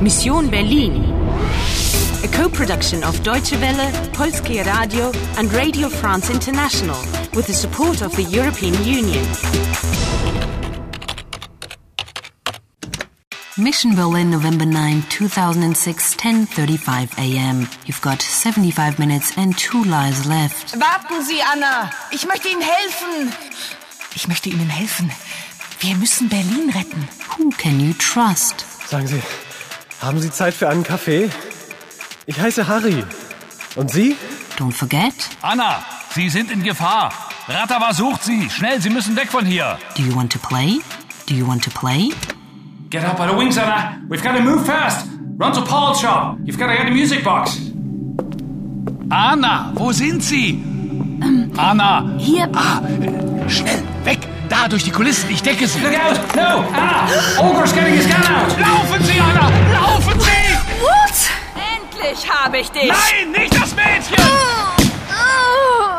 Mission Berlin. A co-production of Deutsche Welle, Polskie Radio and Radio France International with the support of the European Union. Mission Berlin, November 9, 2006, 10.35 a.m. You've got 75 minutes and two lives left. Warten Sie, Anna. Ich möchte Ihnen helfen. Ich möchte Ihnen helfen. Wir müssen Berlin retten. Who can you trust? Sagen Sie, haben Sie Zeit für einen Kaffee? Ich heiße Harry. Und Sie? Don't forget, Anna, Sie sind in Gefahr. Ratawa sucht Sie. Schnell, Sie müssen weg von hier. do you want to play? Do you want to play? Get up by the wings, Anna. We've got to move fast. Run to Paul's shop. You've got to get a music box. Anna, wo sind Sie? Anna. Hier. Ah, äh, schnell, weg. Da, durch die Kulissen. Ich decke Sie. Look out. No, Anna. Ogre's getting his gun out. Laufen Sie, Anna. Laufen Sie. Endlich habe ich dich. Nein, nicht das Mädchen.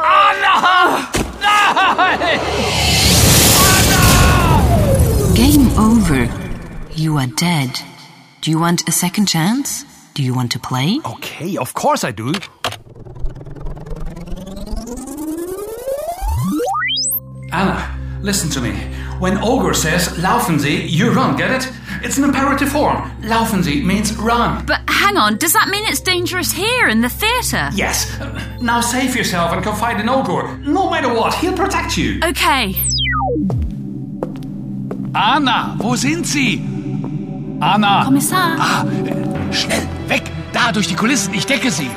Anna. Nein. Game over. You are dead. Do you want a second chance? Do you want to play? Okay, of course I do. Anna, listen to me. When Ogre says laufen Sie, you run, get it? It's an imperative form. Laufen Sie means run. But hang on, does that mean it's dangerous here in the theatre? Yes. Now save yourself and confide in Ogre. No matter what, he'll protect you. Okay. Anna, wo sind Sie? Anna. Kommissar. Ah, äh, schnell, weg! Da, durch die Kulissen, ich decke sie!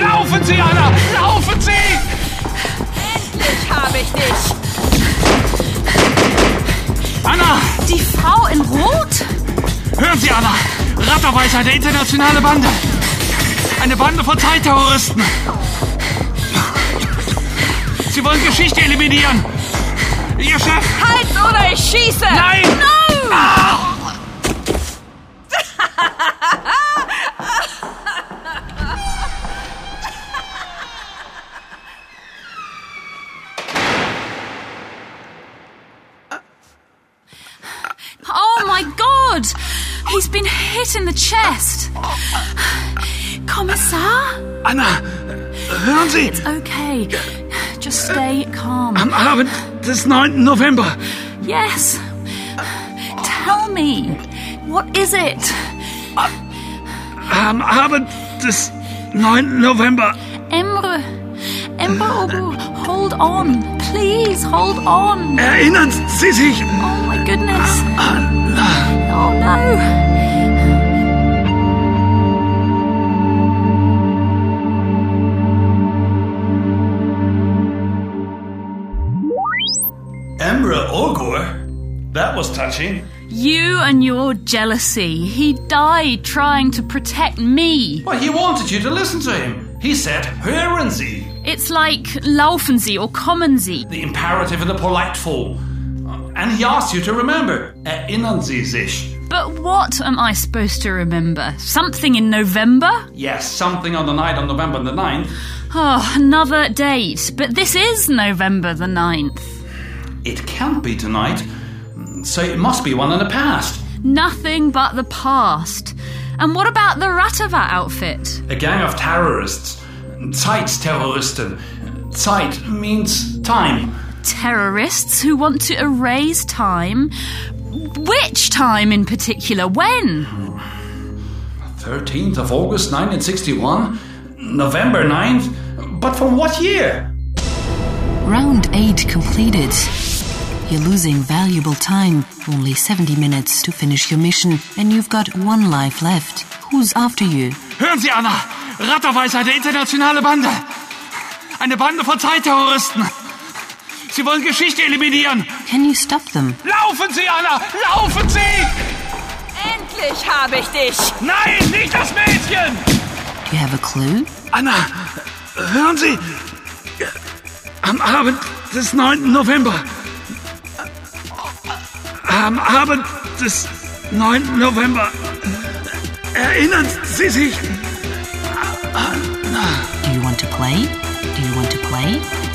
Laufen Sie, Anna! Laufen Sie! Endlich habe ich dich. Anna! Die Frau in Rot? Hören Sie, Anna! Ratterweis eine internationale Bande! Eine Bande von Zeitterroristen! Sie wollen Geschichte eliminieren! Ihr Chef! Halt oder ich schieße. Nein! Ah! Oh my god! He's been hit in the chest. Kommissar? Anna! Hören Sie! Okay. Just stay calm. Am Abend des 9. November Yes. Tell me. What is it? Am Abend des 9. November. Emre. Emre Obu, hold on. Please, hold on. Erinnern Sie sich? Oh my goodness. Oh no. Emra Ogor? That was touching. You and your jealousy. He died trying to protect me. Well, he wanted you to listen to him. He said, Hören Sie, It's like laufen Sie or kommen Sie. the imperative in the polite form. And he asked you to remember, Erinnern Sie sich. But what am I supposed to remember? Something in November? Yes, something on the night on November the 9th. Oh, another date. But this is November the 9th. It can't be tonight, so it must be one in the past. Nothing but the past. And what about the Ratava outfit? A gang of terrorists. Zeitterroristen. Zeit means time. Terrorists who want to erase time. Which time in particular? When? 13th of August 1961, November 9th, but from what year? Round 8 completed. You're losing valuable time. Only 70 minutes to finish your mission, and you've got one life left. Who's after you? Hören Sie, Anna! Ratterweis eine internationale Bande! Eine Bande von Zeitterroristen! Sie wollen Geschichte eliminieren! Can you stop them? Laufen Sie, Anna! Laufen Sie! Endlich habe ich dich. Nein, nicht das Mädchen! Do you have a clue? Anna, hören Sie! Am Abend des 9. November. Am Abend des 9. November. Erinnern Sie sich? Do you want to play? Do you want to play?